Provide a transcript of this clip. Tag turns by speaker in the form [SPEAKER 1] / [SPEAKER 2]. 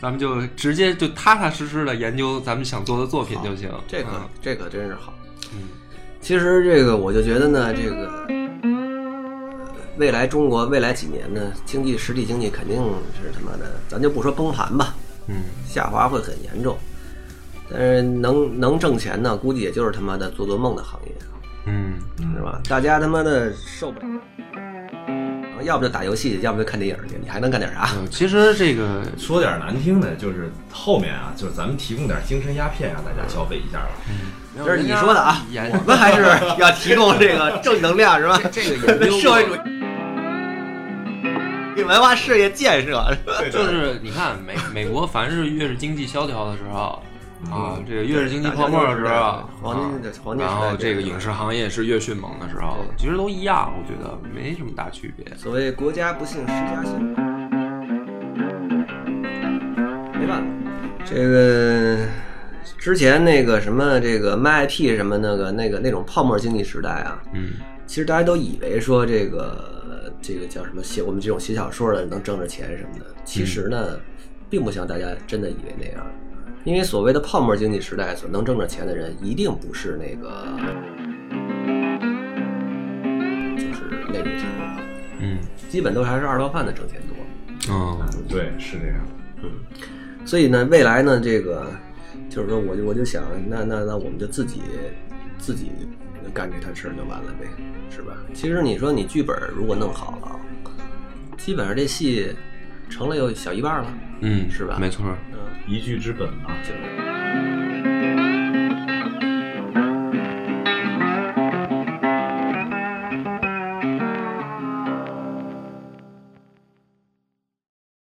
[SPEAKER 1] 咱们就直接就踏踏实实的研究咱们想做的作品就行。
[SPEAKER 2] 这个
[SPEAKER 1] 嗯
[SPEAKER 2] 这可真是好。
[SPEAKER 1] 嗯
[SPEAKER 2] 其实这个我就觉得呢，这个呃未来中国未来几年呢，经济实体经济肯定是他妈的，咱就不说崩盘吧，
[SPEAKER 1] 嗯，
[SPEAKER 2] 下滑会很严重。但是能能挣钱呢，估计也就是他妈的做做梦的行业，
[SPEAKER 1] 嗯，
[SPEAKER 2] 是吧？大家他妈的受不了，要不就打游戏，要不就看电影去，你还能干点啥？
[SPEAKER 1] 嗯其实这个
[SPEAKER 3] 说点难听的，就是后面啊，就是咱们提供点精神鸦片啊让大家消费一下吧。
[SPEAKER 2] 这是你说的啊，
[SPEAKER 1] 研
[SPEAKER 2] 我们还是要提供这个正能量，是吧？
[SPEAKER 1] 这个研究
[SPEAKER 2] 社会主义。给文化事业建设，
[SPEAKER 1] 就是你看 美美国，凡是越是经济萧条的时候。啊，这个越是经济泡沫的时候，
[SPEAKER 2] 嗯黄金
[SPEAKER 1] 啊
[SPEAKER 2] 黄金时代
[SPEAKER 1] 然后这个影视行业是越迅猛的时候，其实都一样，我觉得没什么大区别。
[SPEAKER 2] 所谓国家不幸，十家兴，没办法。这个之前那个什么，这个卖 IP 什么那个那个那种泡沫经济时代啊，
[SPEAKER 1] 嗯
[SPEAKER 2] 其实大家都以为说这个这个叫什么写我们这种写小说的能挣着钱什么的，其实呢，并不像大家真的以为那样，因为所谓的泡沫经济时代所能挣着钱的人，一定不是那个，就是那种情况，
[SPEAKER 1] 嗯
[SPEAKER 2] 基本都还是二道贩子挣钱多。
[SPEAKER 1] 嗯
[SPEAKER 3] 嗯，对，是这样。
[SPEAKER 2] 所以呢，未来呢，这个就是说，我就我就想，那那那我们就自己自己干这摊事儿就完了呗，是吧？其实你说你剧本如果弄好了，基本上这戏成了有小一半了，
[SPEAKER 1] 嗯，
[SPEAKER 2] 是吧
[SPEAKER 1] 没错儿。
[SPEAKER 2] 嗯，
[SPEAKER 3] 一句之本嘛，
[SPEAKER 2] 就